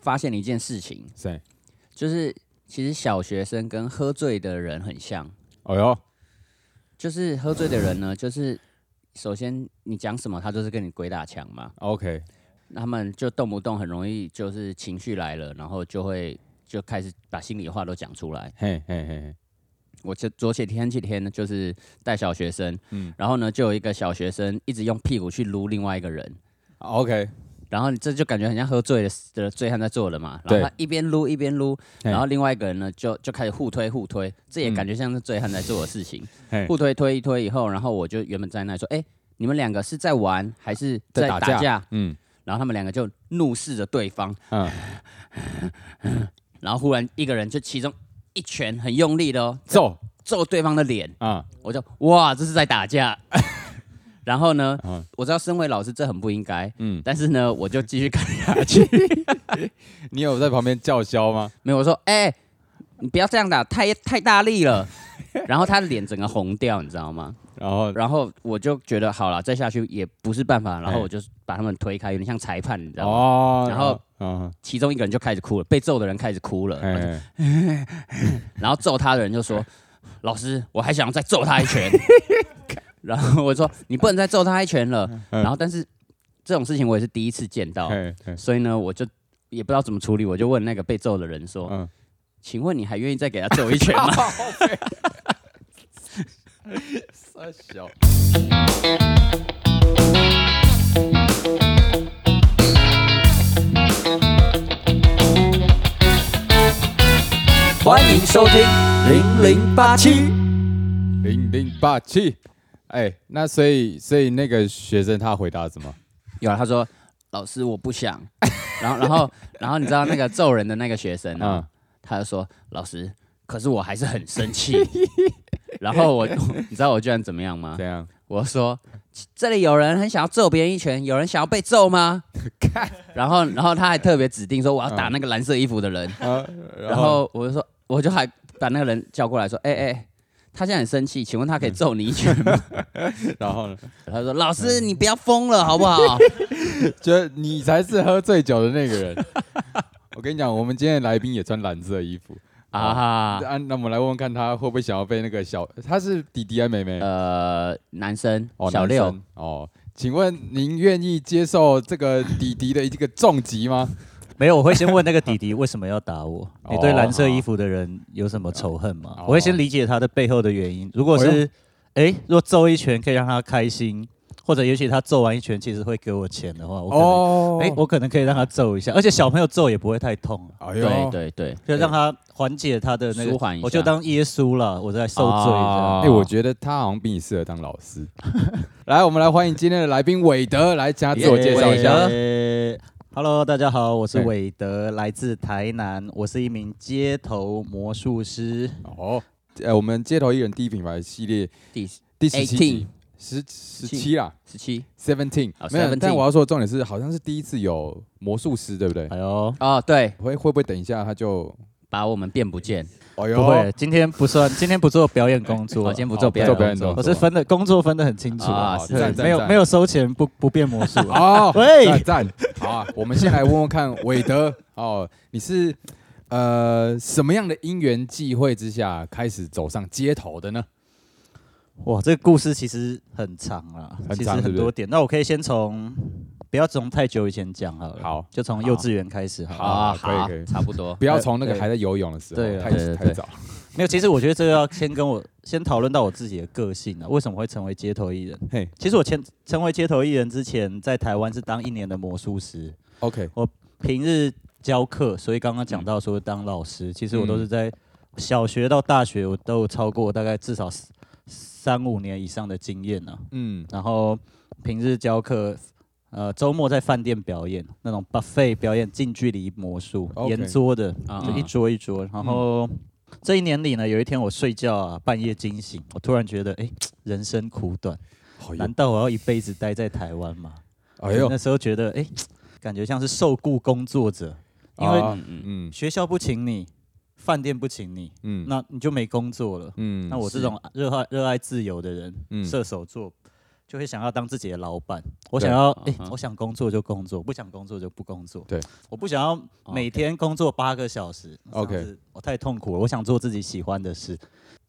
发现了一件事情，谁？就是其实小学生跟喝醉的人很像，哦哟，就是喝醉的人呢，就是首先你讲什么，他就是跟你鬼打墙嘛， OK，那他们就动不动很容易就是情绪来了，然后就会就开始把心里话都讲出来。嘿嘿嘿嘿，我这昨前天几天呢，就是带小学生，嗯然后呢就有一个小学生一直用屁股去撸另外一个人， ，OK，然后这就感觉很像喝醉的的醉汉在做了嘛。然对后他一边撸一边撸，嘿然后另外一个人呢就就开始互推互推，这也感觉像是醉汉在做的事情。 嘿互推推一推以后，然后我就原本在那里说，哎、你们两个是在玩还是在打打架？嗯然后他们两个就怒视着对方，嗯， 然后忽然一个人就其中一拳很用力的哦，揍揍对方的脸，啊，我就哇，这是在打架。 然后呢嗯，我知道身为老师这很不应该，嗯，但是呢，我就继续看下 去。你有在旁边叫嚣吗？没有，我说哎、你不要这样打，太太大力了。 然后他的脸整个红掉，你知道吗？然后然后我就觉得好了，再下去也不是办法。然后哎我就把他们推开，有点像裁判，你知道吗？哦，然后嗯，其中一个人就开始哭了，被揍的人开始哭了。哎，然后揍他的人就 说：“老师，我还想再揍他一 拳。”然后我说：“你不能再揍他一拳了。”嗯然后，但是这种事情我也是第一次见到，嘿嘿所以呢，我就也不知道怎么处理，我就问那个被揍的人说：“嗯，请问你还愿意再给他揍一拳吗？”三小，欢迎收听零零八七。零零八七，哎，那所以所以那个学生他回答什么？有了，他说：“老师，我不想。” 然后，然后，然后你知道那个揍人的那个学生 啊，嗯他就说：“老师，可是我还是很生 气。”然后我， 你知道我居然怎么样吗？怎嗯样？我说这里有人很想要揍别人一拳，有人想要被揍吗？ 然后，然后他还特别指定说我要打那个蓝色衣服的人，啊， 然后我就说，我就还把那个人叫过来说，哎、哎、他现在很生气，请问他可以揍你一拳吗？ 然后呢？他说：“老师，你不要疯了，好不 好就你才是喝醉酒的那个人。 我跟你讲，我们今天的来宾也穿蓝色衣服。？”啊，啊，那我们来问问看他会不会想要被那个小，他是弟弟还妹妹？呃，男生哦，小男六生哦，请问您愿意接受这个弟弟的一个重击吗？没有，我会先问那个弟弟为什么要打 我？哦你对蓝色衣服的人有什么仇恨吗哦？我会先理解他的背后的原因。如果是，哎，如果揍一拳可以让他开心，或者也许他揍完一拳其实会给我钱的话，我可能，哦哎，我可能可以让他揍一下，而且小朋友揍也不会太痛，啊哎对，对对，就让他缓解他的那舒个缓一下，我就当耶稣了，我在受罪这哦样。哎，我觉得他好像比你适合当老师。 来，我们来欢迎今天的来宾韦德，来请他自我介绍一下。下。Hello，大家好，我是哎韦德，来自台南，我是一名街头魔术师。哦，呃，我们街头艺人第一品牌系列第第十七集18，十十七啦。十七 Seventeen，哦没有。 17但我要说的重点是，好像是第一次有魔术师，对不对？哎呦，哦，对，会会不会等一下他就？把我们变不见，哎不会，今天不算，今天不做表演工作，我哦今天不好做不表做演表工演作，工我作是分的工作分的很清楚啊好是对赞，。没有没有收钱不不变魔术啊哦， 喂赞赞好啊！我们先来问问看韦德哦，你是呃什么样的因缘际会之下开始走上街头的呢？哇，这个故事其实很长啊，很长其实是不是很多点。那我可以先从不要从太久以前讲好了，好就从幼稚园开始好了。好啊，可以好可以，差不多。不要从那个对还在游泳的时候对啊太对对太对早。没有，其实我觉得这个要先跟我先讨论到我自己的个性啊，为什么会成为街头艺人？嘿其实我前成为街头艺人之前，在台湾是当一年的魔术师， ，OK，平日教课，所以刚刚讲到说当老师，其实我嗯都是在小学到大学，我都有超过大概至少三三五年以上的经验呢、嗯，然后平日教课，呃，周末在饭店表演那种 buffet 表演近距离魔术 OK 嗯圆桌的，啊就一桌一桌。然后、这一年里呢，有一天我睡觉啊，半夜惊醒，我突然觉得，哎，人生苦短，好难难，道我要一辈子待在台湾吗？哎呦，那时候觉得，哎、感觉像是受雇工作者，因为啊嗯嗯嗯学校不请你，饭店不请你，嗯那你就没工作了。嗯那我这种热爱热爱自由的人，嗯射手座就会想要当自己的老板。我对啊想要，哎、嗯哼我想工作就工作，不想工作就不工作。对，我不想要每天工作八个小时。 OK 这样子我太痛苦了，我想做自己喜欢的事。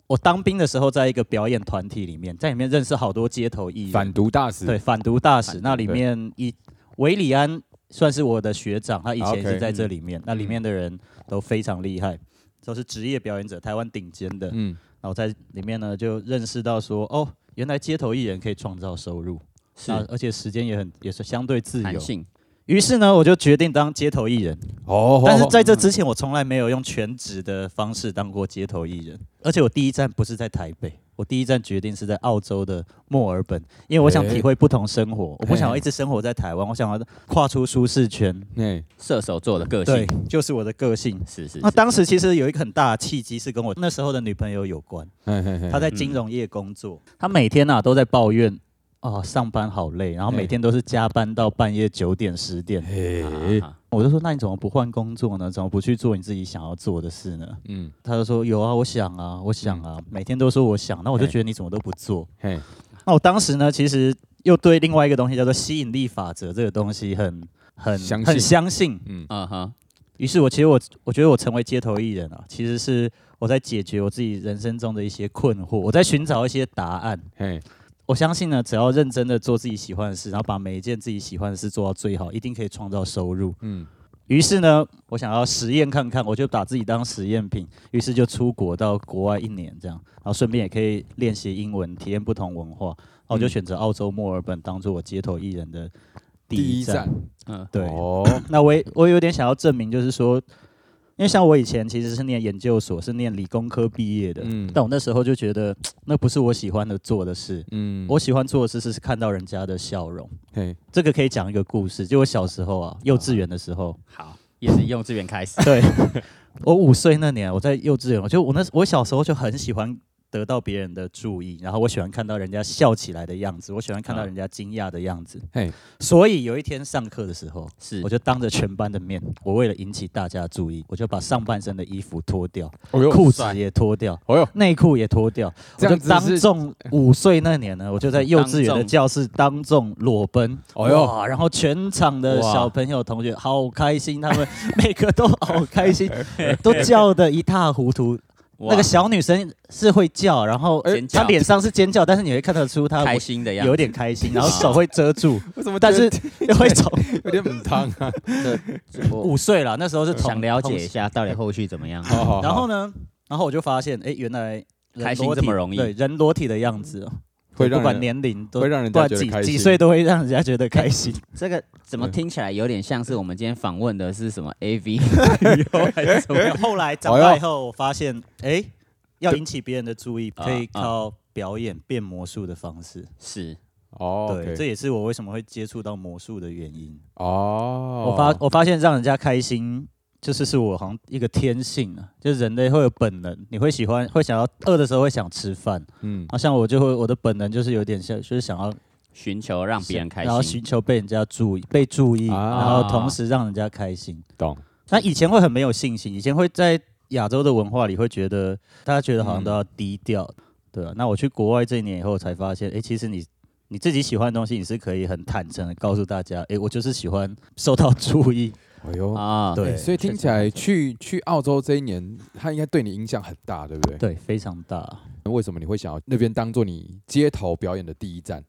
我当兵的时候，在一个表演团体里面，在里面认识好多街头艺人，反毒大使，对，反毒大使反。毒那里对面一维里安算是我的学长，他以前 OK，也是在这嗯里面。那里面的人都非常厉害，都是职业表演者，台湾顶尖的。嗯，然后在里面呢，就认识到说，哦，原来街头艺人可以创造收入，啊是那而且时间也很也是相对自弹由。性，于是呢，我就决定当街头艺人。哦，但是在这之前，我从来没有用全职的方式当过街头艺人，而且我第一站不是在台北，我第一站决定是在澳洲的墨尔本，因为我想体会不同生活，我不想要一直生活在台湾，我想要跨出舒适圈。哎，射手座的个嗯对性，，就是我的个性。是是那是当时其实有一个很大的契机是跟我那时候的女朋友有关，嘿嘿嘿她在金融业工作，嗯她每天啊都在抱怨。啊、上班好累，然后每天都是加班到半夜九点十点。嘿，啊啊啊我就说，那你怎么不换工作呢？怎么不去做你自己想要做的事呢？嗯，他就说有啊，我想啊，我想啊，每天都说我想，那我就嘿觉得你怎么都不做。嘿，那我当时呢，其实又对另外一个东西叫做吸引力法则这个东西很很相信很相信。嗯，嗯哼，于是我其实我我觉得我成为街头艺人啊，其实是我在解决我自己人生中的一些困惑，我在寻找一些答案。嘿，我相信呢，只要认真的做自己喜欢的事，然后把每一件自己喜欢的事做到最好，一定可以创造收入。嗯，于是呢，我想要实验看看，我就把自己当实验品，于是就出国到国外一年这样，然后顺便也可以练习英文，体验不同文化。然嗯后我就选择澳洲墨尔本当做我街头艺人的第第一一站，嗯，对，哦，那我也我有点想要证明，就是说，因为像我以前其实是念研究所，是念理工科毕业的，嗯但我那时候就觉得那不是我喜欢的做的事。嗯，我喜欢做的事是看到人家的笑容，嘿，这个可以讲一个故事。就我小时候啊，幼稚园的时候，好，也是幼稚园开始， 对，我五岁那年，我在幼稚园，我就我那我小时候就很喜欢得到别人的注意，然后我喜欢看到人家笑起来的样子，我喜欢看到啊人家惊讶的样子。嘿，所以有一天上课的时候，是我就当着全班的面，我为了引起大家的注意，我就把上半身的衣服脱掉，哦呦，裤子也脱掉。哦呦，内裤也脱掉，我这就样子当是众五岁那年呢，我就在幼稚嗯园当的众哎教室当众裸奔，哦哟哇！然后全场的哇小朋友同学好开心，他们每个都好开 心，都叫的一塌糊涂。哇那个小女生是会叫，然后尖叫她脸上是尖叫，但是你会看得出她开心的样子，有点开 心，然后手会遮住，为什么但觉得是又会从有点母汤 啊？我五岁了，那时候是童想了解一。下到底后续怎 么样。好好，然后呢，然后我就发现，哎，原来人开心裸这体么容易对人裸体的样子哦，会不让管人年龄都会让人不家管觉得几开心，几岁都会让人家觉得 开心。这个怎么对听起来有点像是我们今天访问的是什么 AV 哎女优还是什么？ 后来长大以后，我发现，哎，要引起别人的注意，啊可以靠表演变魔术的方式。 是哦，对，这也是我为什么会接触到魔术的原因。哦，我发我发现让人家开心，就是是我好像一个天性啊，就是人类会有本能，你会喜欢，会想要饿的时候会想吃饭。嗯，啊，像我就会我的本能就是有点像，就是想要寻求让别人开然后心寻，求被人家注意，被注意，啊然后同时让人家开心。懂，那以前会很没有信心，以前会在亚洲的文化里会觉得大家觉得好像嗯都要低调，对吧、那我去国外这一年以后才发现，哎，其实你你自己喜欢的东西，你是可以很坦诚的告诉大家，哎，我就是喜欢受到注意。哎呦，啊，对，欸所以听起来去去澳洲这一年，它应该对你影响很大，对不对？对非常大。为什么你会想要那边当做你街头表演的第一站？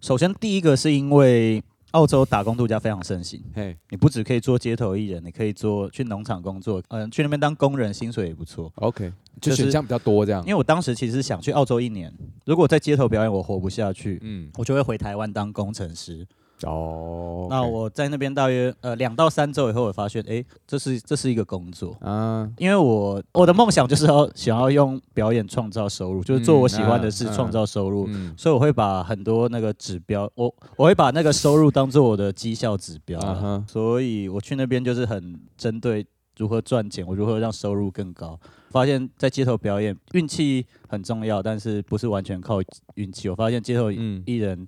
首先第一个是因为澳洲打工度假非常盛行，嘿，你不只可以做街头艺人，你可以做去农场工作，嗯、去那边当工人，薪水也不错。 OK，就就是选项比较多这样因。为我当时其实是想去澳洲一年，如果在街头表演我活不下去，嗯，我就会回台湾当工程师。哦，那我在那边大约呃两到三周以后，我发现哎、诶这是这是一个工作，啊，因为我我的梦想就是要想要用表演创造收入，就是做嗯我喜欢的啊事啊创造收入，嗯，所以我会把很多那个指标，我我会把那个收入当做我的绩效指标啊、啊哈所以我去那边就是很针对如何赚钱，我如何让收入更高。发现，在街头表演运气很重要，但是不是完全靠运气。我发现街头嗯艺人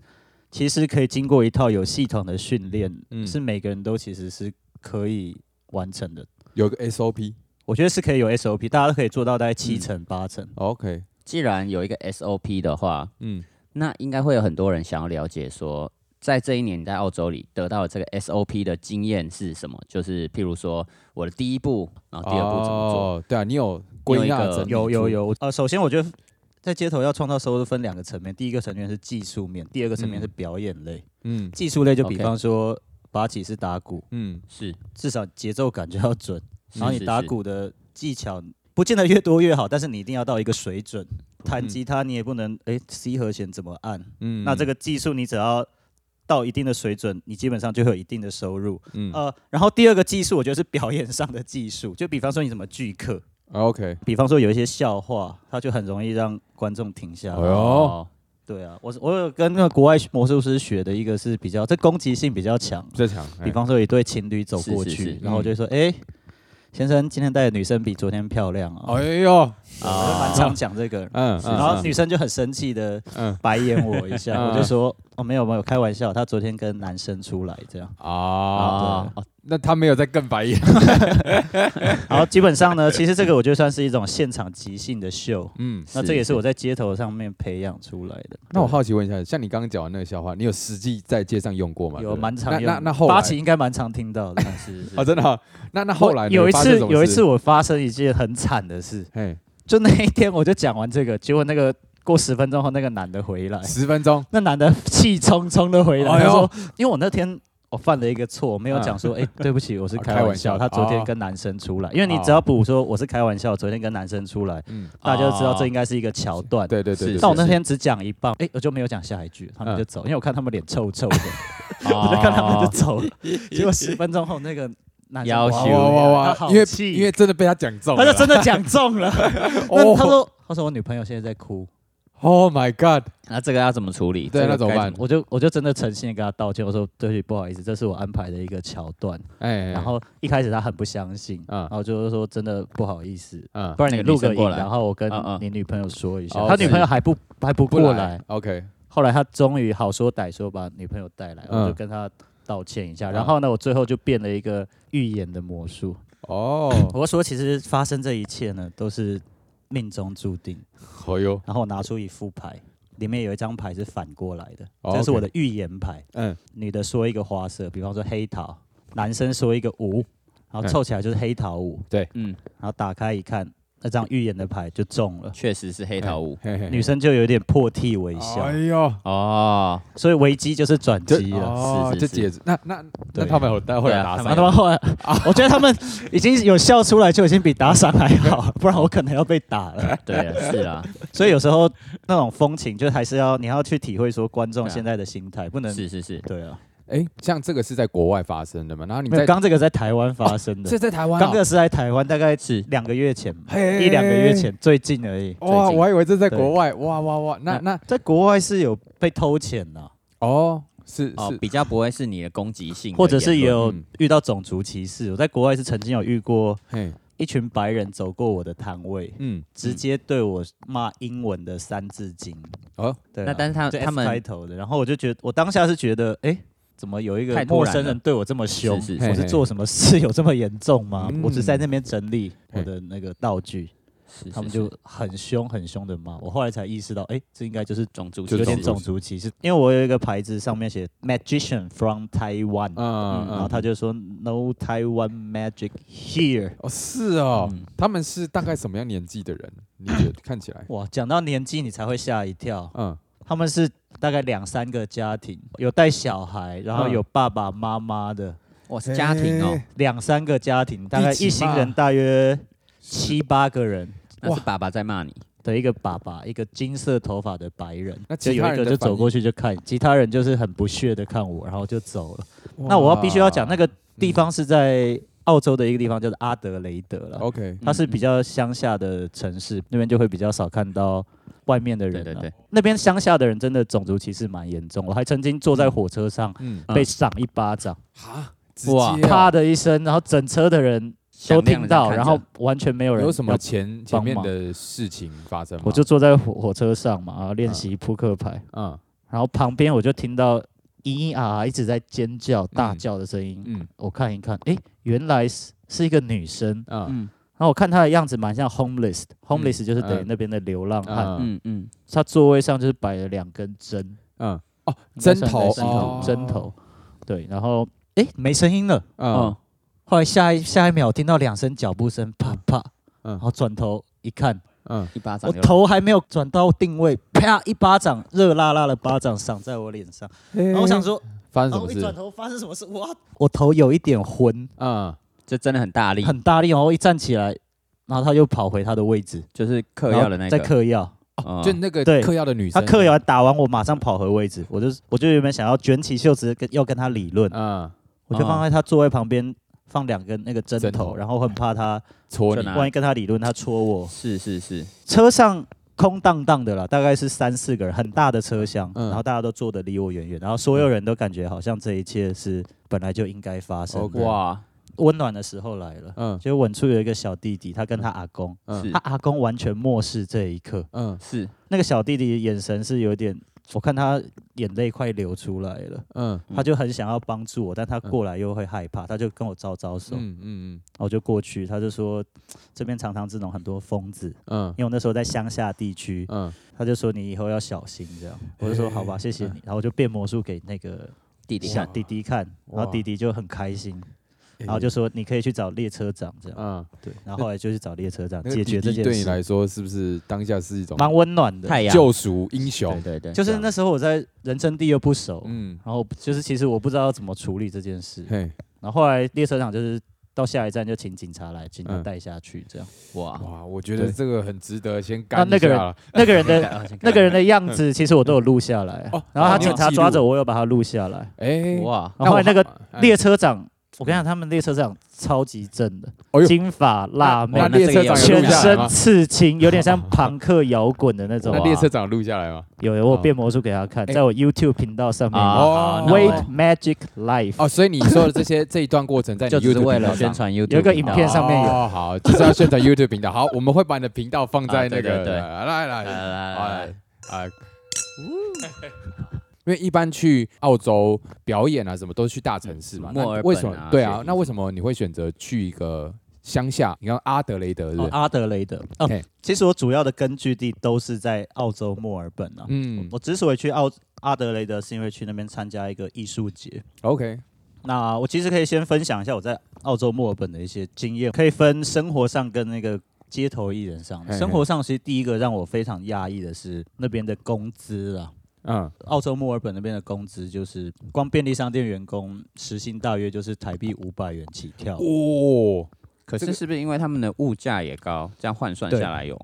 其实可以经过一套有系统的训练，嗯是每个人都其实是可以完成的。有个 SOP。我觉得是可以有 SOP，大家都可以做到大概七成八成。 OK，既然有一个 SOP 的话，嗯，那应该会有很多人想要了解说，在这一年你在澳洲里得到的这个 SOP 的经验是什么？就是譬如说我的第一步，然啊后第二步怎么做？哦？对啊，你有归纳你有一个整理有有出，有，呃，首先我觉得在街头要创造收入分两个层面，第一个层面是技术面，第二个层面嗯是表演类。嗯技术类就比 OK 方说把起是打鼓，嗯，是，至少节奏感就要准，然后是你是打是鼓的技巧不见得越多越好，但是你一定要到一个水准。弹嗯吉他你也不能诶 C 和弦怎么按，嗯那这个技术你只要到一定的水准，你基本上就会有一定的收入。嗯呃，然后第二个技术我觉得是表演上的技术，就比方说你怎么剧课， OK，比方说有一些笑话，它就很容易让观众停下哎来。呦哦，对啊，我我有跟那个国外魔术师学的一个是比较这攻击性比较强，这场比方说有一对情侣走过去，是是是然后我就会说，哎、先生今天带的女生比昨天漂亮哦，哎呦，我就蛮常讲这个。嗯然嗯后女生就很生气的嗯白眼我 一下，嗯我就说哦没有没有开玩笑，她昨天跟男生出来这样。啊，哦，哦那他没有在更白眼，然后基本上 呢，其实这个我觉得算是一种现场即兴的秀，嗯。那这也是我在街头上面培养出来的。那我好奇问一下，像你刚刚讲的那个笑话，你有实际在街上用过吗？对有不对蛮常那用那那后来八旗应该蛮常 听到的。是是哦，真的哦，那那后来呢有一发生次什么有一事次，我发生一件很惨的事，嘿，就那一天我就讲完这个，结果那个过十分钟后那个男的回来，十分钟，那男的气冲冲的回来，哎他呦说：“因为我那天我犯了一个错，我没有讲说，哎、对不起，我是开玩笑。开玩笑他昨天哦跟男生出来，因为你只要补说我是开玩笑，昨天跟男生出来，嗯，大家就知道这应该是一个桥段。对对对是对，但我对那天只讲一半，哎、我就没有讲下一句，他们就走，因为我看他们脸臭臭的， 我就看他们就走了。结果十分钟后，那个男生要哇求哇哇哇他哇，好因为气因为真的被他讲中他了啦，就真的讲中了。那哦他说，他说我女朋友现在在哭， ，Oh my God，那这个要怎么处理？对这个那怎么该办我就我就真的诚心的跟他道歉，我说对不起，不好意思，这是我安排的一个桥段。哎，然后一开始他很不相信，嗯然后就是说真的不好意思，嗯不然你你录录个个影，过来然，后我跟嗯嗯你女朋友说一下哦，他女朋友还不还不过来， ，OK，后来他终于好说歹说把女朋友带来，嗯我就跟他道歉一下，嗯然后呢，我最后就变了一个预言的魔术， 哦，我说其实发生这一切呢都是命中注定，哦哟，然后我拿出一副牌。里面有一张牌是反过来的，哦这是 OK 我的预言牌。嗯，女的说一个花色，比方说黑桃，男生说一个五，然后嗯凑起来就是黑桃五。嗯，然后打开一看，那张预言的牌就中了，确实是黑桃五嘿嘿女生就有点破涕为笑，哎呦，哦，所以危机就是转就机了。哦，是就是解决，那那那对他们有待会对来啊打他然后赏他吗，们后 来，我觉得他们已经有笑出来，就已经比打赏还 好，不然我可能要被打了。对啊，是啊，所以有时候那种风情，就还是要你要去体会说观众对啊现在的心态，不能是是是，对啊。哎，像这个是在国外发生的嘛？然后你没在有，刚这个在台湾发生的，这在台湾哦，刚这个是在台湾，大概是两个月前，嘿一两哎个月，前最近而已。哇，最近我还以为这在国对外，哇哇哇，那那在国外是有被偷钱呐、哦，是哦，是，比较不会是你的攻击性的言论，或者是有嗯遇到种族歧视。我在国外是曾经有遇过嘿，一群白人走过我的摊位，嗯，直接对我骂英文的《三字经》。哦，对啊、那但是他就 S 他们开头的，然后我就觉得，我当下是觉得，哎、怎么有一个太突陌然生人了对我这么凶？是是嘿我是是做什么事有这么严重吗？嗯我只是在那边整理嘿我的那个道具，嗯是，是他们就很凶很凶的骂我。后来才意识到，哎、这应该就是种族就有歧点视种种族歧视，因为我有一个牌子上面写 “Magician from Taiwan”，、嗯然后他就说 “No Taiwan magic here”。哦，是哦嗯，他们是大概什么样年纪的人？你觉得看起来，哇，讲到年纪你才会吓一跳，嗯，他们是大概两三个家庭，有带小孩，然后嗯有爸爸妈妈的，哇是家庭哦嘿，，两三个家庭，大概一起一行骂人大约七八个人。那是哇爸爸在骂你，的一个爸爸，一个金色头发的白人，那就其有他一人个的就反走应过去就看，其他人就是很不屑的看我，然后就走了。哇那我要必须要讲，那个嗯地哦方是在澳洲的一个地方，叫做阿德雷德了。 ，OK，它是比较乡下的城市，那边就会比较少看到外面的嗯人、啊对对对，那边乡下的人真的种族歧视蛮严重。我还曾经坐在火车上、嗯，嗯被赏一巴掌，哈，哇直接啪哦的一声，然后整车的人都响亮听地到，在看着然后完全没有人有什么要前前帮面忙的事情发生吗？我就坐在火火车上嘛，然后练习扑克牌，嗯然后旁边我就听到咿咿啊啊一直在尖叫、大嗯叫的声音。嗯我看一看，诶，原来是是一个女生，嗯，嗯，然后我看他的样子蛮像 homeless，homeless 就是等于嗯那边的流浪汉。嗯嗯嗯，他座位上就是摆了两根针，嗯，哦，应该针算头，针头，针头，嗯对，然后诶没声音了。哦，哦，后来下一下一秒，我听到两声脚步声，啪啪，嗯然后转头一看，嗯一巴掌我就头还没有转到定位，啪一巴掌，热辣辣的巴掌赏在我脸上。嗯，然后我想说，发生什然么后我一哦转事？头发生什么事？哇，我头有一点昏，嗯，这真的很大力，很大力，然哦后一站起来，然后他又跑回他的位置，就是嗑然药后的那在个，嗑药。哦就那个对嗑药的女生，嗯他嗑药，打完，我马上跑回位置，我就我就原本想要卷起袖子跟要跟他理哦论，嗯，我就放在他座位旁边放两根那个针针头，头然后很怕他戳就你拿，万一跟他理论，他戳我。是是是，车上空荡荡的啦，大概是三四个人，很大的车厢，嗯然后大家都坐得离我远远，然后所有人都感觉好像这一切是本来就应该发生的。 OK 哇，温暖的时候来了。嗯就稳处有一个小弟弟，他跟他阿公，嗯是他阿公完全漠视这一刻。嗯是，那个小弟弟的眼神是有点，我看他眼泪快流出来了，嗯他就很想要帮助我，但他过来又会害怕，他就跟我招招手，嗯嗯我就过去，他就说这边常常这种很多疯子，嗯因为我那时候在乡下地区，嗯他就说你以后要小心这 样，我就说好吧，谢谢嗯你，然后我就变魔术给那个弟弟小看，弟弟看，然后弟弟就很开心，嗯， 然后就说你可以去找列车长这样，嗯，对，然后后来就去找列车长那个啊解决这弟弟件对你事，啊来说是不是当下是一种蛮温暖的，太阳，救赎英对雄？对对，就是那时候我在人生地又不熟，嗯，然后就是其实我不知道要怎么处理这件事，嘿，然后后来列车长就是到下一站就请警察来，警察嗯带下去这样。哇，哇，我觉得啊对这个很值得先那干那一个人下哦了那个 人的啊先看那个人的样子，其实我都有录下来嗯啊哦。然后哦他你有警察记抓录着我，有把他录下来。哎，哇，然后后来那个哎列车长，我跟你讲，他们列车长超级正嗯哎的，呦金发辣妹那，那列车这个长也有有录全下来身吗？刺青，有点像朋克摇滚的那 种啊那哇。列车长有录下来吗？有有，我有变魔术给他看，哦哎在我 YouTube 频道上面。啊哦好那我 Wait Magic Life，哦，所以你说的这些 这一段过程，在你就只是 YouTube 为频道了上宣传 YouTube 有一个频道影片上面有哦，好，就是要宣传 YouTube 频道。好，我们会把你的频道放啊在那对个，对呃对来来来来来来来，啊， 因为一般去澳洲表演啊，什么都是去大城市嘛。嗯那墨尔为什本么啊？对雪啊梨，那为什么你会选择去一个乡下？你看阿德雷德是不哦是？阿德雷德。哦嘿，其实我主要的根据地都是在澳洲墨尔本啊。嗯我之所以去澳阿德雷德，是因为去那边参加一个艺术节。 ，OK，那我其实可以先分享一下我在澳洲墨尔本的一些经验，可以分生活上跟那个街头艺人上的。嘿嘿生活上其实第一个让我非常讶异的是那边的工资啊，嗯，澳洲墨尔本那边的工资就是光便利商店员工时薪大约就是台币五百元起跳。哦，可这是个是不是因为他们的物价也高，这样换算对下来有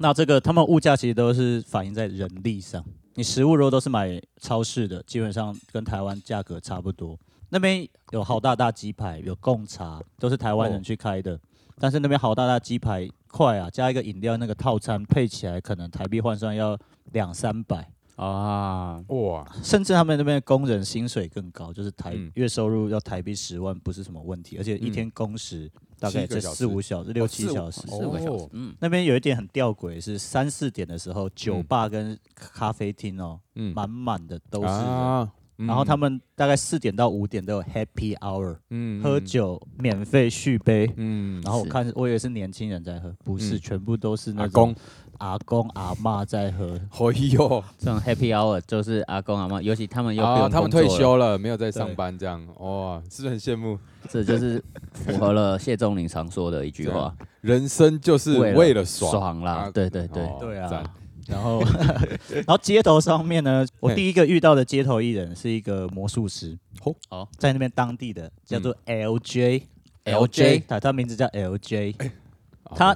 那这个他们物价其实都是反映在人力上。你食物如果都是买超市的，基本上跟台湾价格差不多。那边有好大大鸡排，有贡茶，都是台湾人去开的。但是那边好大大鸡排块啊，加一个饮料那个套餐配起来，可能台币换算要两三百，啊？哇，甚至他们那边的工人薪水更高，就是台、嗯月收入要台币十万不是什么问题，而且一天工时大概七在个小四时五小时、六七四五小时，四个小时哦，嗯，那边有一点很吊诡，是三四点的时候，酒吧跟咖啡厅哦，嗯，满满的都是人。啊，然后他们们大概四点到五点都有 Happy Hour，、喝，酒免费续杯。嗯嗯嗯然后我是看，我以为是年轻人在喝，不是，嗯全部都是那阿种公，阿公阿嬷在 喝。哎呦，这种 Happy Hour 就是阿公阿妈，尤其他们又不啊，用他工们作退了，休了，没有在对上班，这样，哇，是不是很羡慕？这就是符合了谢钟林常说的一句话：人生就是为了啊爽，爽啦啊！对对对，哦对啊赞 然后， 然后街头上面呢，我嘿第一个遇到的街头艺人是一个魔术师，哦嗯哦在那边当地的叫做 LJ， LJ 对，他名字叫 LJ，哎好他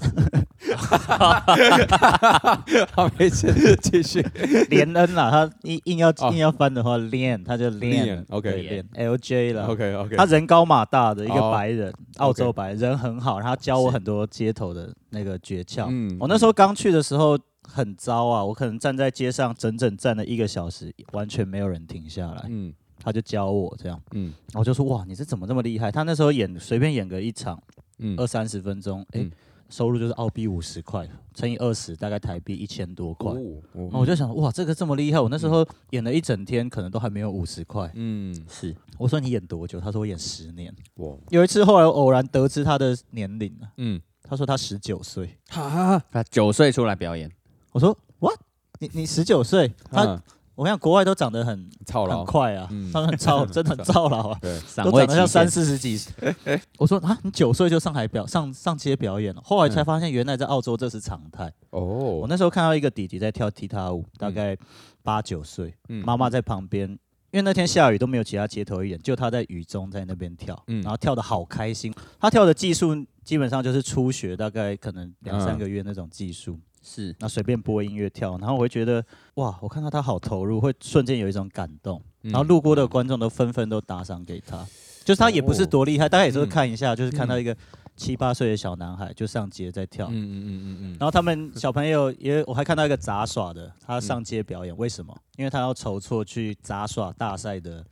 好，没事，继 续。连恩啦，他硬硬要哦硬要翻的话，连他就连连，OK 连 LJ 啦。 OK OK，他人高马大的一个哦白人，澳洲白人，人很好，然后他教我很多街头的那个诀窍。嗯我那时候刚去的时候很糟啊，我可能站在街上整整站了一个小时，完全没有人停下来，嗯他就教我这样，嗯然后我就说哇，你这怎么这么厉害？他那时候演随便演个一场嗯二三十分钟，哎嗯，收入就是澳币五十块乘以二十，大概台币一千多块。哦然后我就想，哇，这个这么厉害！我那时候演了一整天，可能都还没有五十块。嗯是我说你演多久？他说我演十年。我有一次后来我偶然得知他的年龄了，嗯他他说他十九岁，哈，他九岁出来表演，我说 what？你你十九岁？他、嗯我想国外都长得很操很劳，快啊，嗯他们很 操，真的很操劳啊。对，散都位长得像期间三四十几岁。 我说啊，你九岁就上海表上上街表演了，后来嗯才发现原来在澳洲这是常态。我哦，那时候看到一个弟弟在跳踢踏舞，大概八九岁，嗯妈妈在旁边，因为那天下雨都没有其他街头艺人，就他在雨中在那边跳，嗯然后跳的好开心。他跳的技术基本上就是初学，大概可嗯能两三个月那种技术，是那随便播音乐跳，然后我会觉得哇，我看到他好投入，会瞬间有一种感动。嗯然后路过的观众都纷纷都打赏给他，就是他也不是多厉害，大家也嗯就是看一下，就是看到一个七八岁的小男孩就上街在跳嗯，嗯嗯嗯嗯然后他们小朋友也，我还看到一个杂耍的，他上街表演，为什嗯么？因为他要筹措去杂耍大赛的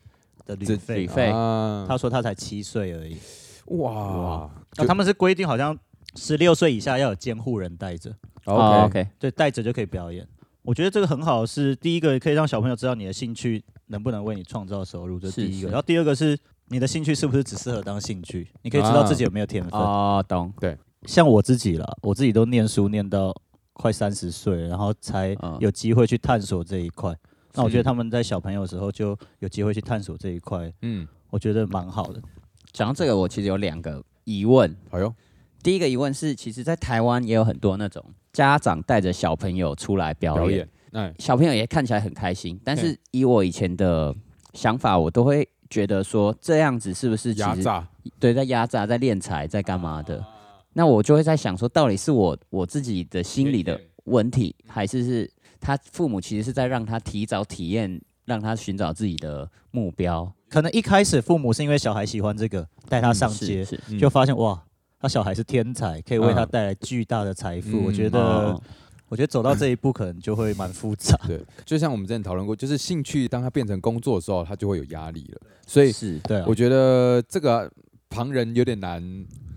的旅这费旅嘛，费对啊他说他才七岁而已，哇，那他们是规定好像十六岁以下要有监护人带着，哦 OK， OK，对，带着就可以表演。我觉得这个很好是，第一个可以让小朋友知道你的兴趣能不能为你创造收入，这是是第一个。是然后第二个是你的兴趣是不是只适合当兴趣，你可以知啊道自己有没有天分。哦，懂，像我自己了，我自己都念书念到快三十岁了，然后才啊有机会去探索这一块。那我嗯是觉得他们在小朋友的时候就有机会去探索这一块，嗯，我觉得蛮好的。讲到这个，我其实有两个疑问。哎呦，第一个疑问是，其实，在台湾也有很多那种家长带着小朋友出来表演，表演，哎，小朋友也看起来很开心。但是以我以前的想法，我都会觉得说，这样子是不是其压实榨，对在压榨、在敛财、在干嘛的？那我就会在想说，到底是我我自己的心理的问题，还是是他父母其实是在让他提早体验，让他寻找自己的目标？可能一开始父母是因为小孩喜欢这个，带他上街是，是，嗯就发现哇，他小孩是天才，可以为他嗯带来巨大的财富。嗯我觉得，哦我觉得走到这一步可能就会蛮 复杂。 对，就像我们之前讨论过，就是兴趣当它变成工作的时候，它就会有压力了。所以是对啊我，觉得这个旁人有点难，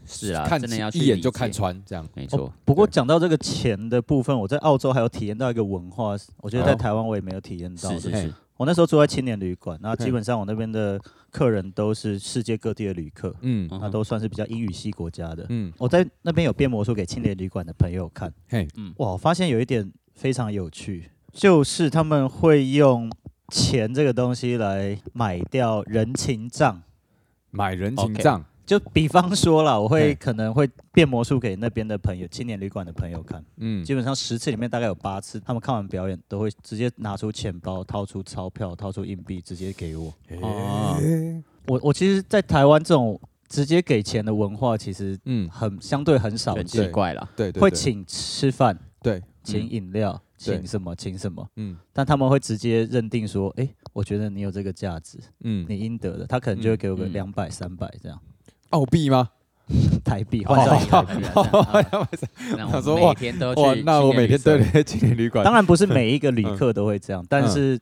是啊，看真的要去一眼理就看解，穿这样。没错。不过对讲到这个钱的部分，我在澳洲还有体验到一个文化，我觉得在哦台湾我也没有体验到的。是是嘿是，我那时候住在青年旅馆，那嘿基本上我那边的客人都是世界各地的旅客，嗯嗯那都算是比较英语系国家的。嗯，我在那边有变魔术给青年旅馆的朋友看，嘿，哇，我发现有一点非常有趣，就是他们会用钱这个东西来买掉人情账。买人情 OK 账就比方说啦，我会嗯可能会变魔术给那边的朋友、青年旅馆的朋友看。嗯，基本上十次里面大概有八次，他们看完表演都会直接拿出钱包、掏出钞票、掏出硬币，直接给我。哦，我我其实，在台湾这种直接给钱的文化，其实嗯，很相对很少很见奇，怪了。对对，会对，请吃饭、对，请饮料、对请什么、请什么，嗯但他们会直接认定说，哎、我觉得你有这个价值，嗯，你应得的，他可能就会给我个嗯嗯两百、三百这样澳币吗？台币换换 算算一一下下台币啊这样啊 那想说我哇每天都哇去，那青我年每旅天社对对青年旅馆，当然不是每一个旅嗯客都会这样，但是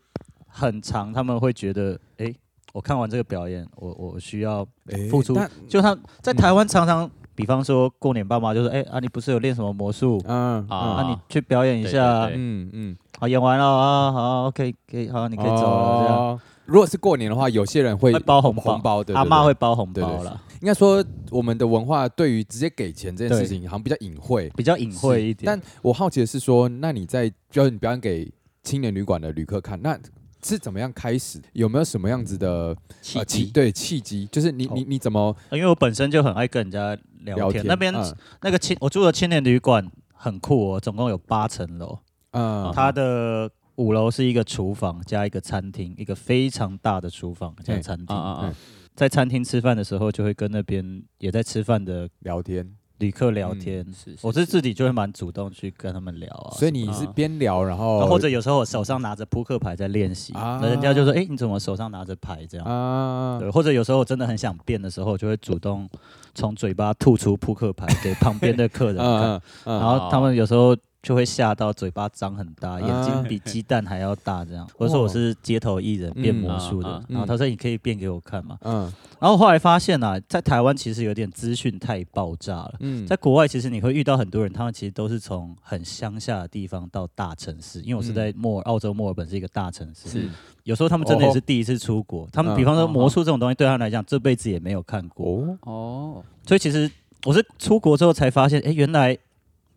很长他们会觉得，哎、我看完这个表演，我我需要哎付出但就他在台湾常常，比方说过年爸妈就说，哎、啊你不是有练什么魔术？嗯啊啊，你去表演一下啊，对嗯嗯，好演完了啊，好，可以可以，好，你你可以走哦了，这样如果是过年的话，有些人会会包红包红包，对，对阿对妈会包红对对包啦，应该说，我们的文化对于直接给钱这件事情好像比较隐晦。比较隐晦一点。但我好奇的是说，那你在就是你表演给青年旅馆的旅客看，那是怎么样开始？有没有什么样子的契呃契机，对契机，就是你你你怎么呃因为我本身就很爱跟人家哦聊聊天，天？那边、嗯那个青我住的青年旅馆很酷哦，总共有八层楼，嗯它的。五楼是一个厨房加一个餐厅，一个非常大的厨房加嗯餐厅。啊啊啊！在餐厅吃饭的时候，就会跟那边也在吃饭嗯的聊天，旅客聊天，是，我是自己就会蛮主动去跟他们聊啊，所以你是边聊然后然后或者有时候我手上拿着扑克牌在练习，啊那人家就说：“哎、你怎么手上拿着牌这样？”啊对，或者有时候我真的很想变的时候，我就会主动从嘴巴吐出扑克牌给旁边的 客人看，嗯然嗯后他们有时候就会吓到嘴巴张很大，啊眼睛比鸡蛋还要 大这样。我就说我是街头艺人变魔术的，哦嗯啊啊然后他说：“你可以变给我看嘛。嗯”然后后来发现啊，在台湾其实有点资讯太爆炸了。嗯在国外，其实你会遇到很多人，他们其实都是从很乡下的地方到大城市，因为我是嗯在墨尔澳洲墨尔本是一个大城市，是有时候他们真哦的也是第一次出啊国，他们比方说魔术这种东西对他们来讲这辈子也没有看过，哦哦，所以其实我是出国之后才发现，哎、原来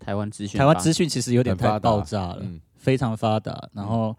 台湾资讯吧，台湾资讯其实有点很发太达爆炸了，嗯，非常发达。然后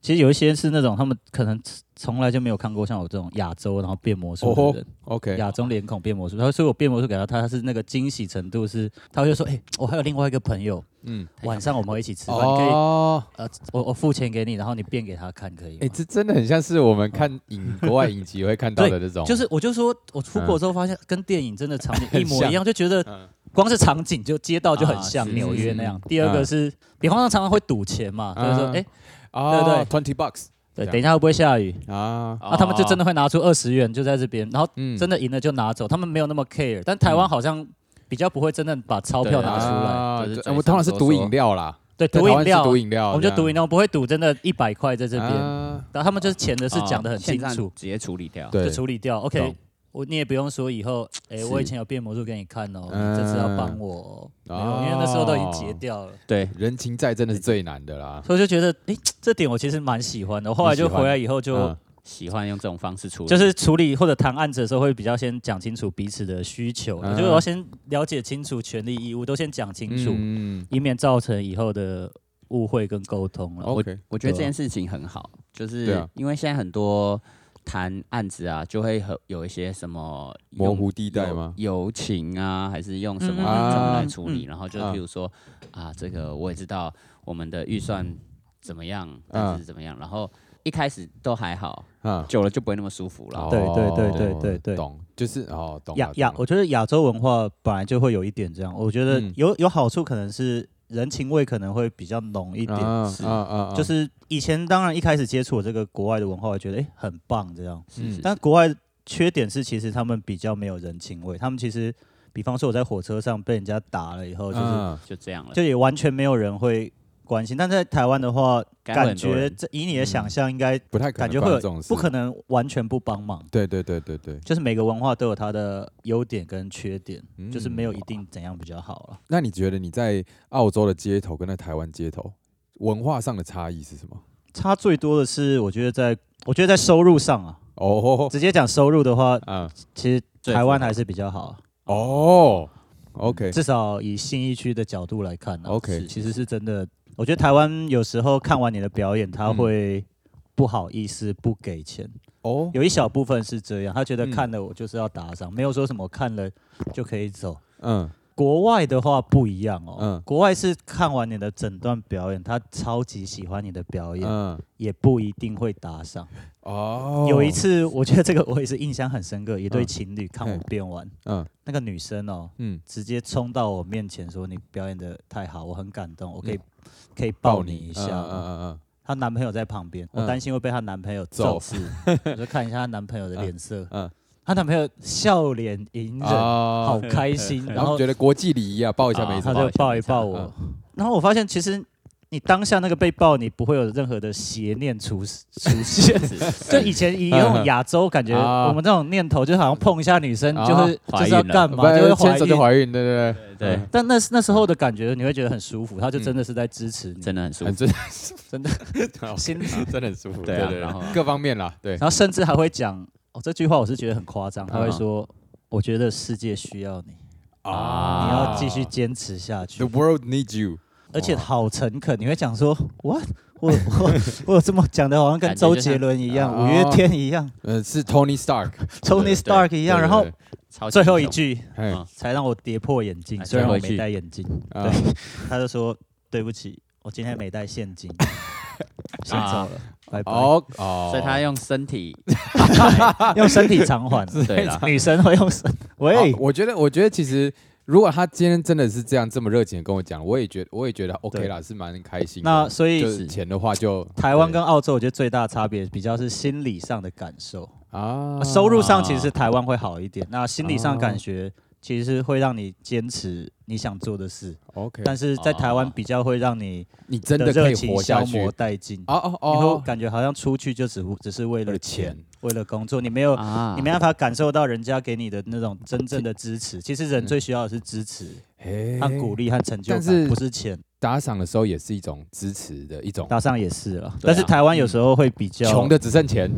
其实有一些是那种他们可能从来就没有看过像我这种亚洲然后变魔术哦的吼人， OK，亚洲脸孔变魔术。然后所以我变魔术给他，他是那个惊喜程度是，他会说，哎、我还有另外一个朋友，嗯，晚上我们会一起吃饭，你可以哦，呃，我我付钱给你，然后你变给他看，可以吗？哎、这真的很像是我们看影 国外影集会看到的那种，就是，我就说，我出国之后发现跟电影真的场 景一模一样，就觉得嗯光是场景就街道就很啊像是纽是约是那样。第二个嗯是，比方说常常会赌钱嘛，就是说，嗯哎，哦对，twenty bucks 这对，样等一下会不会下雨？啊，哦啊，他们就真的会拿出二十元就在这边，然后嗯真的赢了就拿走，他们没有那么 care。但台湾好像比较不会真的把钞票对拿出来，啊就是对嘴我通常上是说赌说饮料啦，对，在赌台料饮料，赌饮料，我们就赌饮料，不会赌真的一百块在这这边样。啊然后他们就是钱的事哦讲得很线清上楚，直接处理掉。对就，处理掉。OK，懂我你也不用说以后，哎、是我以前有变魔术给你看哦，嗯你这次要帮我、哦，没哦有，因为那时候都已经结掉了，对，人情债真的是最难的啦。所以我就觉得，哎、这点我其实蛮喜欢的。我后来就回来以后就、嗯喜欢用这种方式处理，就是处理或者谈案子的时候，会比较先讲清楚彼此的需求，嗯就是我要先了解清楚权利义务，都先讲清楚，嗯以免造成以后的误会跟沟通了。 ，OK，我觉得对啊这件事情很好，就对是啊因为现在很多谈案子啊，就会和有一些什么模用糊地带吗？友情啊，还是用什么嗯嗯状态嗯处理？嗯然后就啊譬如说啊，这个我也知道我们的预算怎么样，但是怎么样，然后一开始都还好，嗯，久了就不会那么舒服了。对对对对哦对对懂，就是哦，懂亚了亚，懂了我觉得亚洲文化本来就会有一点这样，我觉得嗯有有好处，可能是人情味可能会比较浓一点，啊是啊啊，啊就是以前当然一开始接触我这个国外的文化，我觉得诶很棒这样，是是嗯但国外缺点是其实他们比较没有人情味，他们其实比方说我在火车上被人家打了以后，就是、嗯就这样了，就也完全没有人会关心，但在台湾的话，该问感很多觉人嗯这以你的想象应该不太可感能觉发会生有这种事，不可能完全不帮忙。对对对对对，就是每个文化都有它的优点跟缺点，嗯就是没有一定怎样比较好啊了。那你觉得你在澳洲的街头跟在台湾街头文化上的差异是什么？差最多的是，我觉得在我觉得在收入上啊，哦，直接讲收入的话，啊，其实最台湾符合还是比较好啊，哦，OK，至少以信义区的角度来看呢、 OK 是其实是真的，我觉得台湾有时候看完你的表演，他嗯会不好意思不给钱，哦，有一小部分是这样，他觉得嗯看了我就是要打赏，没有说什么看了就可以走。嗯，国外的话不一样哦，嗯国外是看完你的整段表演，他超级喜欢你的表演，嗯，也不一定会打赏。哦，嗯有一，次，我觉得这个我也是印象很深刻，一对情侣看我嘿变完，嗯那个女生哦，嗯，直接冲到我面前说：“你表演的太好，我很感动，我可以、嗯可以抱你一下嗯吗。嗯嗯嗯，她男朋友在旁边，嗯我担心会被她男朋友揍揍死， 我就看一下她男朋友的脸色。嗯她男朋友笑脸迎人，哦好开心，然然后后觉得国际礼仪啊，抱一下啊没他抱什就么一，下抱一没差抱我。然后我发现，其实你当下那个被抱，你不会有任何的邪念出出 现。就以前以那种亚洲感觉，啊我们这种念头就好像碰一下女生啊就是怀就孕是要了干不嘛，就会牵怀手就孕。怀孕，对对对，对，但那那时候的感觉，你会觉得很舒服，他就真的是在支持你，真的很舒很服。真真的。心 真的很舒服，对对啊对，然后对各方面啦，对，然后甚至还会讲，哦，这句话我是觉得很夸张，他会嗯说，我觉得世界需要你，啊你要继续坚持下去 The。world needs you，而且好诚恳，你会讲说我我我 我有这么讲的，好像跟感觉周就杰像啊伦一样，哦五月天一样呃，是 Tony Stark， ，Tony 对 Stark 一样，对然后啊对超级最后一英雄，句对嘿嗯才让我跌破眼镜，哎虽然我最后一句没戴眼镜，啊他就说对不起，我今天没带 现金，先走啊了，拜拜。哦哦，所以他用身体，用身体偿还， 对啦女生会用身，喂好，我觉得，我觉得其实如果他今天真的是这样这么热情的跟我讲，我也觉得，我也觉得 OK 啦，是蛮开心的。那所就以是钱的话就，台湾跟澳洲，我觉得最大的差别比较是心理上的感受。啊收入上其实台湾会好一点，那心理上感觉其实会让你坚持你想做的事， OK，但是在台湾比较会让你你真的可热以情活下消去磨。殆尽。哦哦你会哦，感觉好像出去就只只是为为了了钱钱，为了工作，你没有啊哦你没办法感受到人家给你的那种真正的支嗯持。其实人最需要的是支持嘿和鼓励和成就但是感，不是钱。打赏的时候也是一种支持的一种，打赏也是了，对啊嗯但是台湾有时候会比较穷的只剩钱，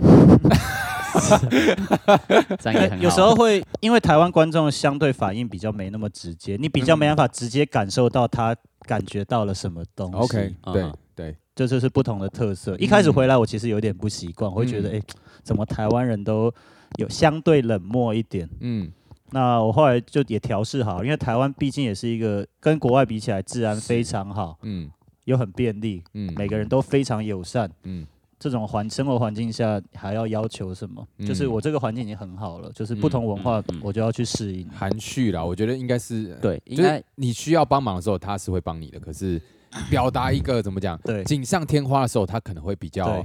这样也很好。啊有时候会因为台湾观众相对反应比较没那么直接，你比较没办法直接感受到他感觉到了什么东西。 OK，嗯对嗯对，这就是不同的特色。一开始回来，我其实有点不习惯，我会嗯觉得，哎、怎么台湾人都有相对冷漠一点？嗯，那我后来就也调试好，因为台湾毕竟也是一个跟国外比起来治安非常好，嗯又很便利，嗯，每个人都非常友善。嗯这种环生活环境下还要要求什么？嗯就是我这个环境已经很好了，就是嗯不同文化嗯嗯我就要去适应。含蓄啦，我觉得应该是，对，就应该是你需要帮忙的时候，他是会帮你的，可是表达一个怎么讲，对锦上添花的时候，他可能会比较，对，对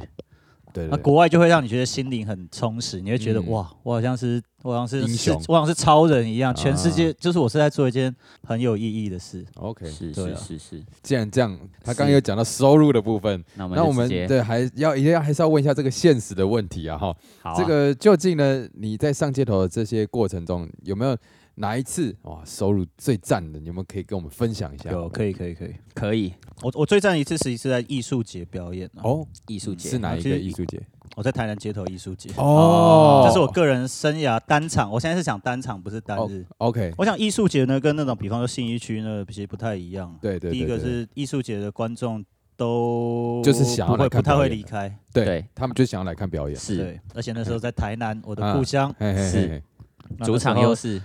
对那对，国外就会让你觉得心灵很充实，你会觉得嗯哇，我好像是我好像是英是雄我好像是超人一样，全世界啊就是我是在做一件很有意义的事。 OK，是对是啊是是，既然这样，他刚刚是有讲到收入的部分，那我们那我就们直接对还要一定要还是要问一下这个现实的问题啊哈，好啊这个究竟呢你在上街头的这些过程中有没有哪一次哇收入最赞的？你们可以跟我们分享一下？有，可以，可以，可以。可以我我最赞一次是是在艺术节表演啊哦，艺术节是哪一其个实艺术节？我在台南街头艺术节，哦这是我个人生涯单场。我现在是想单场，不是单哦日。 OK，我想艺术节呢，跟那种比方说信义区呢，其实不太一样。对对，第一对个对是艺术节的观众都就是想要不来会看不太表会演离开，对对，他们就想要来看表演，是对，而且那时候在台南，我啊的故乡，嘿嘿嘿是嘿，那主那时场候优势，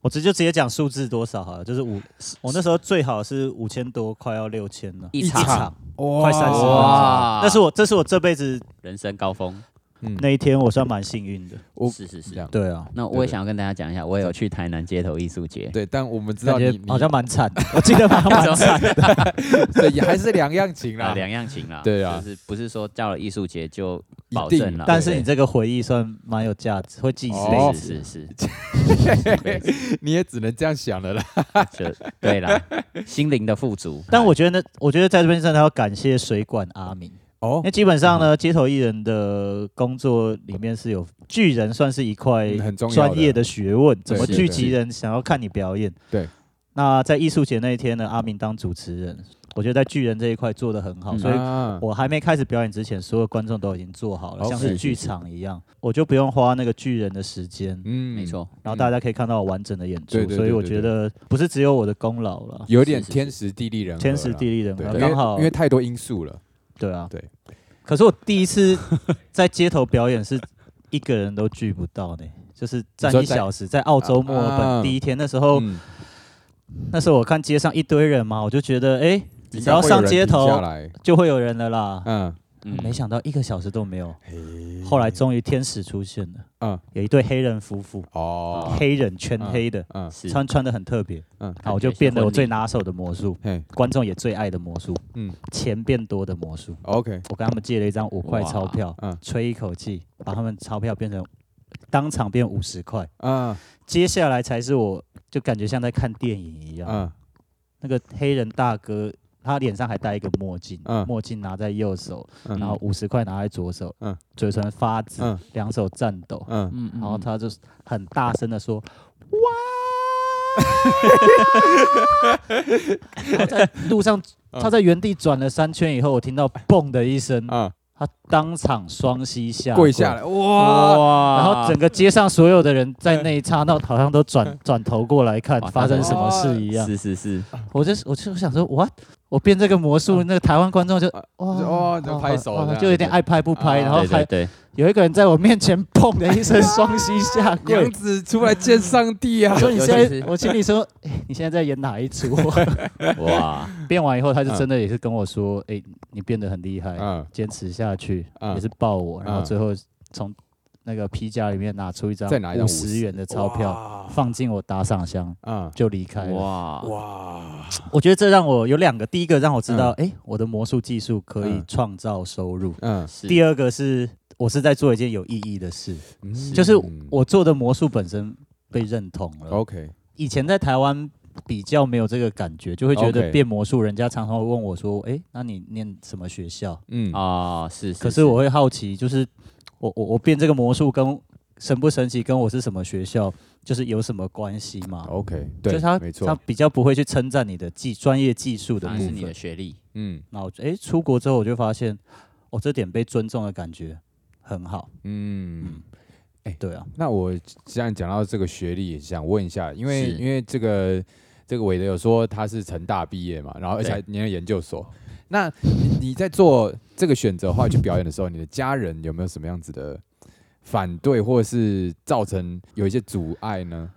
我直接直接讲数字多少好了，就是五，我那时候最好是五千多，快要六千了，一一场场，哇快三十哇那是我这是我这辈子人生高峰，嗯，那一天，我算蛮幸运的。我是是这是。样对啊，那对我也对想要跟大家讲一下，我也有去台南街头艺术节，对，但我们知道感你觉你好像蛮惨的，我 记得好像 蛮惨的。 对也还是两样情啊，啦，两样情啦，对啊就是不是说到了艺术节就一保定证啦，但是你对这个回忆算蛮有价值，会记一辈哦是子。是是，你也只能这样想了啦。就对 啦，心灵的富足。但我觉得呢，我觉得在这边真的要感谢水管阿明，哦因为，基本上呢，街头艺人的工作里面是有巨人算是一块嗯很重要的专业的学问，怎么是聚集人想要看你表演。对。那在艺术节那一天呢，阿明当主持人，我觉得在巨人这一块做得很好，嗯所以啊我还没开始表演之前，所有观众都已经做好了，哦像是是剧场一样，我就不用花那个巨人的时间，嗯没，错，然后大家可以看到我完整的演出对对，对所以我对觉对得不是只有我的功劳了，有点是是是天时地利人和啦，天时地利人对，和，因为刚好因为太多因素了。对啊，对。可是我第一次在街头表演是一个人都聚不到呢，就是站你说一在小时，在澳洲墨尔啊本第一天，那时候嗯，那时候我看街上一堆人嘛，我就觉得哎，应只该要会有上人街停嗯下头来，就会有人了啦。嗯，嗯，没想到一个小时都没有，后来终于天使出现了，嗯，有一对黑人夫妇，哦，黑人全黑的，嗯，是穿穿的很特别，嗯嗯，好，我就变得我最拿手的魔术，嘿观众也最爱的魔术，嗯嗯，钱变多的魔术， ，OK，我跟他们借了一张五块钞票，嗯吹一口气，把他们钞票变成当场变五十块。嗯接下来才是我就感觉像在看电影一样，嗯那个黑人大哥。他脸上还戴一个墨镜，嗯墨镜拿在右手，嗯然后五十块拿在左手，嗯嘴唇发紫，嗯两手颤抖，嗯，嗯，嗯然后他就很大声的说：“ 哇！”他在路上，嗯他在原地转了三圈以后，我听到“嘣”的一声，啊，他当场双膝下跪下来，哇，哇然后整个街上所有的人在那一刹那好像都转转头过来看哇发生什么事一样。是是是，我就我就想说，what？我变这个魔术，那个台湾观众就啊哇嗯哦就好拍手好这样就有点爱拍不拍，啊然后对对还对，有一个人在我面前砰 的一声双膝下跪娘。子出来见上帝啊我！说你现尤其在 是，我心里说， 哎你现在在演哪一出？ 哇，变完以后，他就真的也是跟我说，哎、你变得很厉害，嗯坚持下去，嗯也是抱我，然后嗯最后从那个皮夹里面拿出一张再拿一张五十元的钞票，票，放进我打赏箱嗯，就离开了。哇，哇，我觉得这让我有两个，第一个让我知道，哎、我的魔术技术可以嗯创造收入；嗯，是第二个是我是在做一件有意义的事，嗯就是我做的魔术本身被认同了。 OK，以前在台湾比较没有这个感觉，就会觉 OK 得变魔术，人家常常会问我说：“诶，那你念什么学校嗯，哦，是，？”可是我会好奇，就是我我我变这个魔术跟神不神奇，跟我是什么学校，就是有什么关系吗？ ，OK，就哦对，是他没错他，比较不会去称赞你的技专业技术的反部而是你的分。学历，嗯那我诶，出国之后我就发现，哦，这点被尊重的感觉很好。嗯，哎对啊，那我既然讲到这个学历，也想问一下，因为是因为这个这个韦德有说他是成大毕业嘛，然后而且对还念了研究所。那你你在做这个选择后来去表演的时候，你的家人有没有什么样子的反对，或是造成有一些阻碍呢？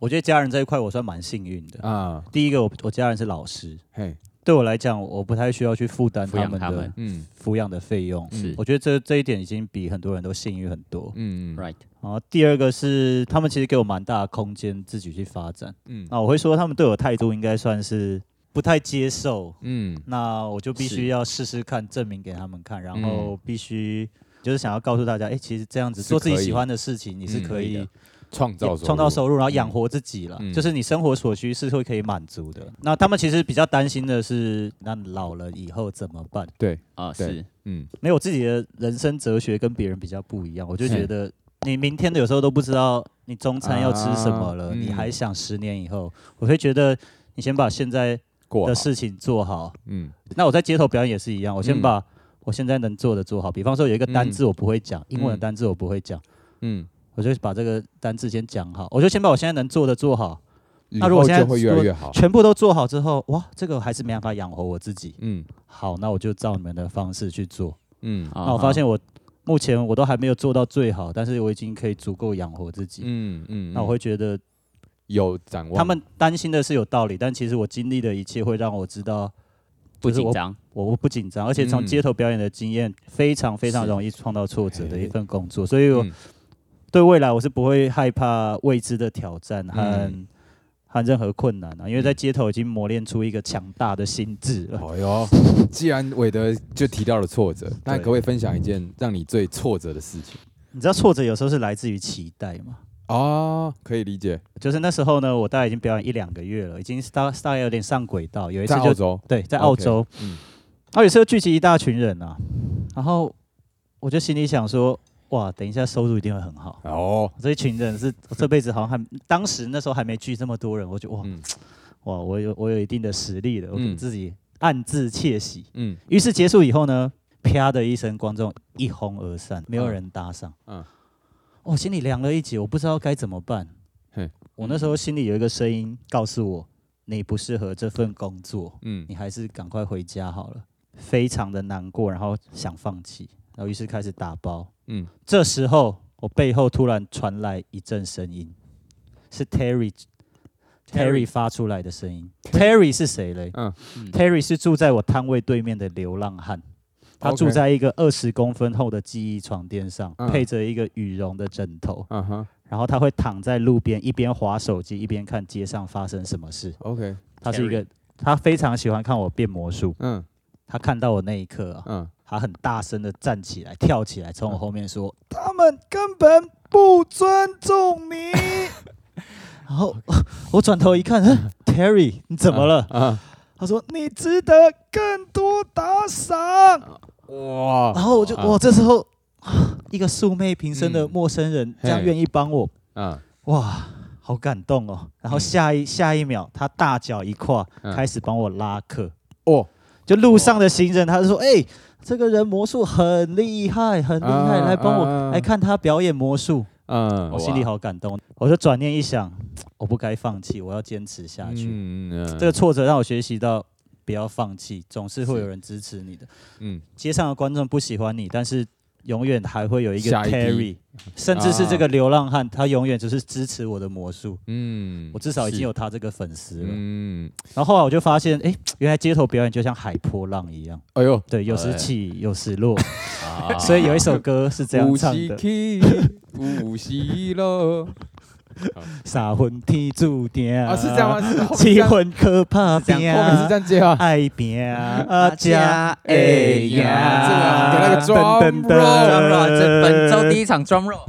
我觉得家人这一块我算蛮幸运的。啊，第一个，我我家人是老师，嘿，对我来讲，我不太需要去负担抚他养们他的们，嗯嗯抚养的费用。是嗯我觉得这这一点已经比很多人都幸运很多。嗯嗯，right，然后第二个是，他们其实给我蛮大的空间自己去发展。嗯那我会说，他们对我态度应该算是不太接受。嗯那我就必是须要试试看，证明给他们看，然嗯后必须就是想要告诉大家，哎、其实这样子是做自己可以喜欢的事情，你是嗯可可以以的创造创造收入，然后养嗯活自己了，嗯就是你生活所需是会可以满足的。那他们其实比较担心的是，那老了以后怎么办？对，啊，对是嗯没有我自己的人生哲学跟别人比较不一样，我就觉得你明天的有时候都不知道你中餐要吃什么了，啊嗯你还想十年以后，我会觉得你先把现在过的好事情做好。嗯那我在街头表演也是一样，我先嗯把我现在能做的做好。比方说有一个单字我不会讲，英文的嗯单字我不会讲，嗯，我就把这个单字先讲好，我就先把我现在能做的做好。以那如果后现在就会越如来果越好，全部都做好之后，哇，这个还是没办法养活我自己。嗯好，那我就照你们的方式去做。嗯啊那我发现我目前我都还没有做到最好，但是我已经可以足够养活自己。嗯嗯，那我会觉得有展望，他们担心的是有道理，但其实我经历的一切会让我知道不就是紧我张，我不紧张，而且从嗯街头表演的经验非常非常是容易创造挫折的嘿一份工作，所以我嗯对未来我是不会害怕未知的挑战和、嗯和任何困难啊，因为在街头已经磨练出一个强大的心智了。哎呦，既然韦德就提到了挫折，那可不可以分享一件让你最挫折的事情？你知道挫折有时候是来自于期待嘛？哦，可以理解。就是那时候呢，我大概已经表演一两个月了，已经大大概有点上轨道。有一次在就澳洲，对，在澳 OK，洲，嗯然后有时候聚集一大群人啊，然后我就心里想说，哇，等一下收入一定会很好。哦，这一群人 是我这辈子好像还当时那时候还没聚这么多人，我觉得哇、嗯哇，我有我有一定的实力了，我给嗯自己暗自窃喜。嗯于是结束以后呢，啪的一声，观众一哄而散，没有嗯人搭上。嗯嗯，我、心里凉了一截，我不知道该怎么办嘿。我那时候心里有一个声音告诉我，你不适合这份工作，嗯你还是赶快回家好了。非常的难过，然后想放弃，然后于是开始打包，嗯，这时候，我背后突然传来一阵声音，是 Terry Terry 发出来的声音。Terry 是谁嘞、嗯嗯 t e r r y 是住在我摊位对面的流浪汉，他 OK 住在一个二十公分厚的记忆床垫上，嗯配着一个羽绒的枕头，嗯哼然后他会躺在路边，一边划手机，一边看街上发生什么事。 ，OK，他是一个，他非常喜欢看我变魔术。嗯他看到我那一刻啊，嗯，他很大声的站起来，跳起来，从我后面说：“他们根本不尊重你。” 然后 我转头一看哼，Terry，你怎么了？啊？他说：“你值得更多打赏。哇然后我就，哦啊我这时候 啊一个素昧平生的嗯陌生人，这样嘿愿意帮我，嗯哇，好感动哦。然后嗯下一下一秒，他大脚一跨，嗯开始帮我拉客。哦，就路上的行人，他就说：“哎、这个人魔术很厉害，很厉害，啊来帮我、啊啊来看他表演魔术。”嗯我心里好感动，我就转念一想，我不该放弃，我要坚持下去。嗯嗯这个挫折让我学习到不要放弃，总是会有人支持你的。嗯街上的观众不喜欢你，但是永远还会有一个下一批啊 Terry，甚至是这个流浪汉，他永远只是支持我的魔术。嗯我至少已经是有他这个粉丝了。嗯，然后后来我就发现，哎、原来街头表演就像海波浪一样。哎呦，对，有时哎起，有时落，啊 所以有一首歌是这样唱有的时：起，不息喽。傻魂天注定啊，是这样吗？？是后面是这七样魂可怕是这拼样，后面是这样接啊？爱拼啊家家哎哎呀呀，这个给那个 drum drum roll， roll，啊这本周第一场 drum roll，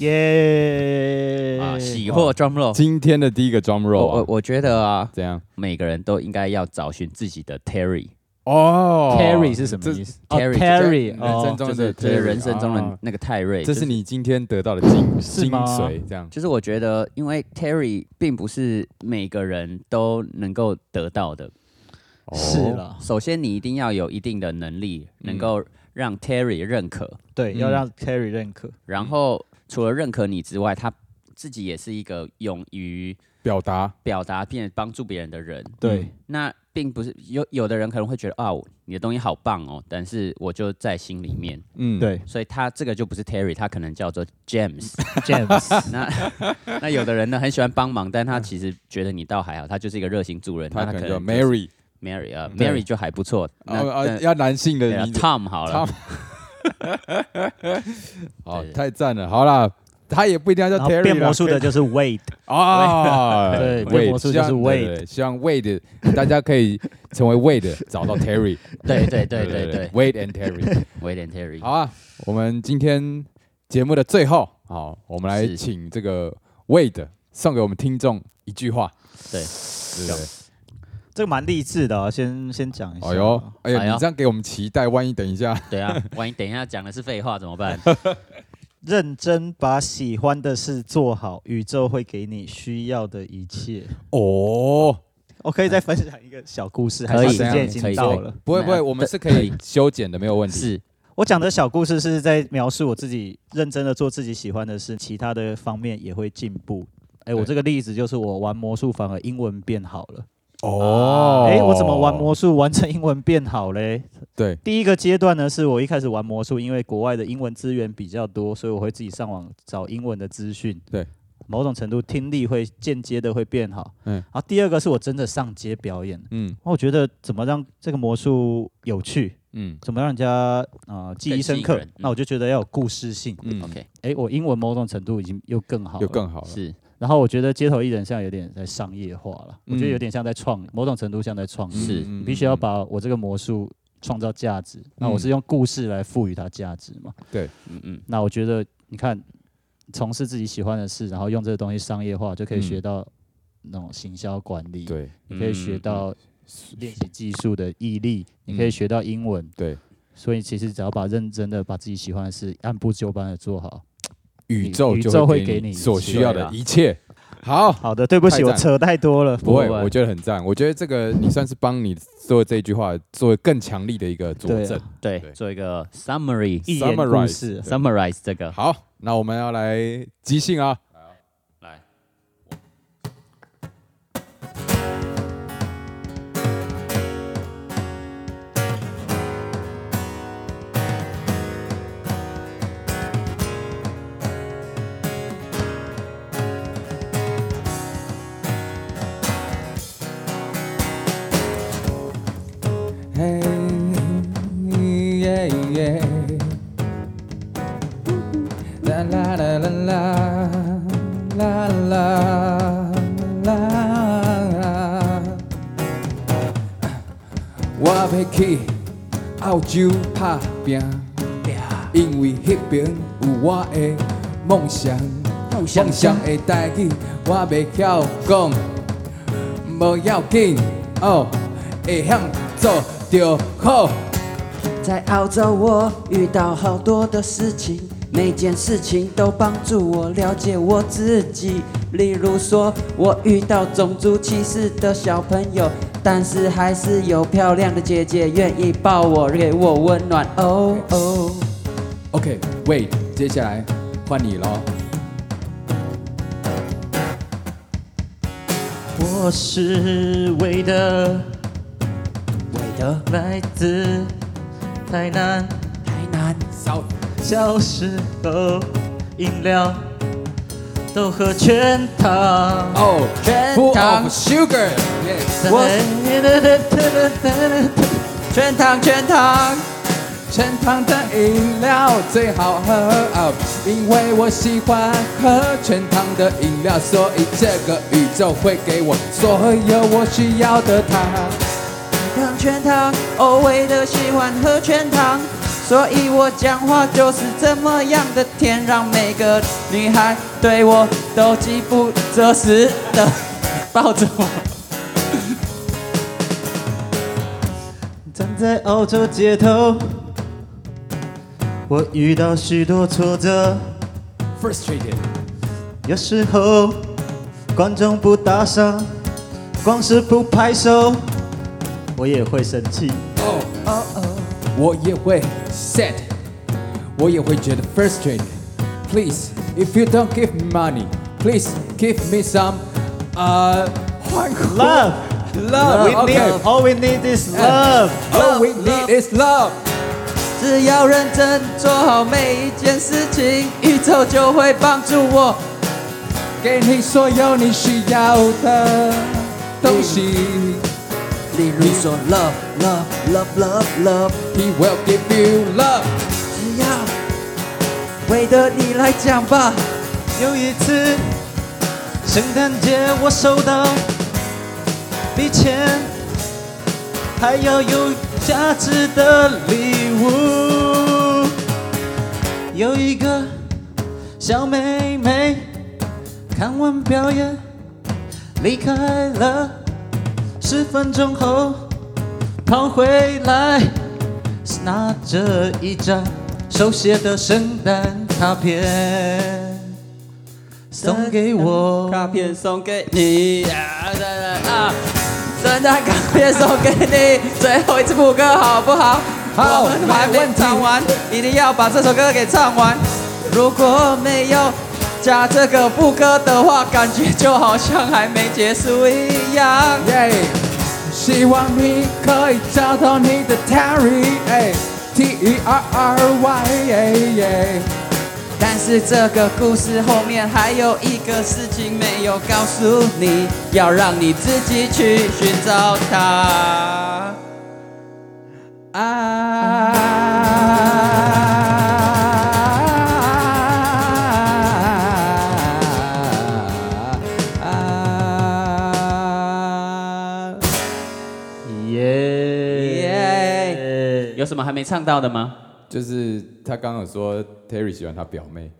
耶！啊，喜获 drum roll。今天的第一个 drum 我 roll 我啊我觉得啊，怎样？每个人都应该要找寻自己的 Terry，哦 Terry 是什么意思？思哦 Terry， Terry 人哦生，就中是的就是 Terry，人生中的啊那个泰瑞，这就是你今天得到的精是精吗髓，这样。就是我觉得，因为 Terry 并不是每个人都能够得到的，哦是了，啦，首先你一定要有一定的能力，能够让 Terry 认可，对，嗯要让 Terry 认可。然后除了认可你之外，他自己也是一个勇于表达表达并帮助别人的人。对嗯那并不是有有的人可能会觉得啊，你的东西好棒哦，但是我就在心里面，嗯，对所以他这个就不是 Terry，他可能叫做 James。 ，James， 那那有的人呢很喜欢帮忙，但他其实觉得你倒还好，他就是一个热心助人，他那可可能能叫就是 Mary， Mary 啊对，Mary 就还不错。哦那哦，那要男性对的啊哎名字， Tom 好了，好，对哦太赞了，好啦，他也不一定要然叫后 Terry 变啦魔术的就是 Wade，啊， 对 Wade，变魔术就是希望 Wade 对对希望 Wade 大家可以成为 Wade，找到 Terry， 对对对对对， ，Wade and Terry，威廉 Terry。好啊，我们今天节目的最后，好，我们来是请这个 Wade 送给我们听众一句话，对对不对。这个蛮励志的啊，先先讲一下。哎呦，哎呦，哎呦你这样给我们期待，万一等一下，对啊，万一等一下讲的是废话怎么办？认真把喜欢的事做好，宇宙会给你需要的一切。哦， 我可以再分享一个小故事，还可是以时间已可经以到了。 不会那不会，我们这是可以修剪的，没有问题。是我讲的小故事是在描述我自己认真的做自己喜欢的事，其他的方面也会进步。哎，我对这个例子就是我玩魔术反而英文变好了。哦，哎，我怎么玩？魔术完成英文变好嘞？对，第一个阶段呢，是我一开始玩魔术，因为国外的英文资源比较多，所以我会自己上网找英文的资讯。对，某种程度听力会间接的会变好。嗯嗯，然后第二个是我真的上街表演，嗯我觉得怎么让这个魔术有趣，嗯怎么让人家啊、呃记忆深更吸引刻人，嗯那我就觉得要有故事性。嗯， ，OK，嗯哎，我英文某种程度已经又更好了，又更好了。是然后我觉得街头艺人现在有点在商业化了，我觉得嗯有点像在创，某种程度像在创业。是嗯你必须要把我这个魔术创造价值。那我是用故事来赋予它价值嘛？嗯嗯，那我觉得，你看，从事自己喜欢的事，然后用这个东西商业化，就可以学到那种行销管理，嗯对你可以学到练习技术的毅力，嗯你可以学到英文。对，所以其实只要把认真的把自己喜欢的事按部就班的做好。宇宙宇就宙会会给你你所需要的对啦一切。好，好的，对不起，太赞我了扯太多了。不会，不会我觉得很赞。我觉得这个你算是帮你做这句话做更强力的一个佐对啊证。对对，做一个 summary 一言故 Summarize 事， summarize 这个，好，那我们要来即兴啊。来，嘿耶耶，啦啦啦啦啦啦啦啦，我要去澳洲打拼，因为迄边有我的梦想，梦想的代志我袂晓讲。无要紧哦，会晓做就好。在澳洲，我遇到好多的事情，每件事情都帮助我了解我自己。例如说，我遇到种族歧视的小朋友，但是还是有漂亮的姐姐愿意抱我，给我温暖。哦哦， OK，喂，接下来换你喽。我是韦德，韦德，来自台南，台南，少小时候饮料都喝全糖。哦，全 Oh, full of 糖 sugar。全糖，全糖，全糖的饮料最好喝哦，因为我喜欢喝全糖的饮料，所以这个宇宙会给我所有我需要的糖。全糖，全糖。哦，韦德喜欢喝全糖，所以我讲话就是这么样的甜，让每个女孩对我都饥不择食的抱着我。站在澳洲街头，我遇到许多挫折， Frustrated。有时候观众不打赏，光是不拍手，我也会生气。我也会 sad，我也会觉得 frustrated。Please, if you don't give me money, please give me some 呃欢呼 Love, love. 啊 We Okay, need all we need is love。 all we need is love. 只要认真做好每一件事情，宇宙就会帮助我。给你所有你需要的东西。例如说 love love love love love， He will give you love. 只要为了你来讲吧。有一次，圣诞节我收到比钱还要有价值的礼物，有一个小妹妹看完表演离开了，十分钟后跑回来，拿着一张手写的圣诞卡片。送给我。卡片送给你啊！来来啊！圣诞卡片送给你，最后一次副歌好不好？好我们还没唱完，一定要把这首歌给唱完。如果没有加这个副歌的话，感觉就好像还没结束一样。耶！希望你可以找到你的 Terry，哎，T E R R Y，哎耶！但是这个故事后面还有一个事情没有告诉你，要让你自己去寻找它。Ah. 啊！耶！有什么还没唱到的吗？就是他刚刚有说 Terry 喜欢他表妹，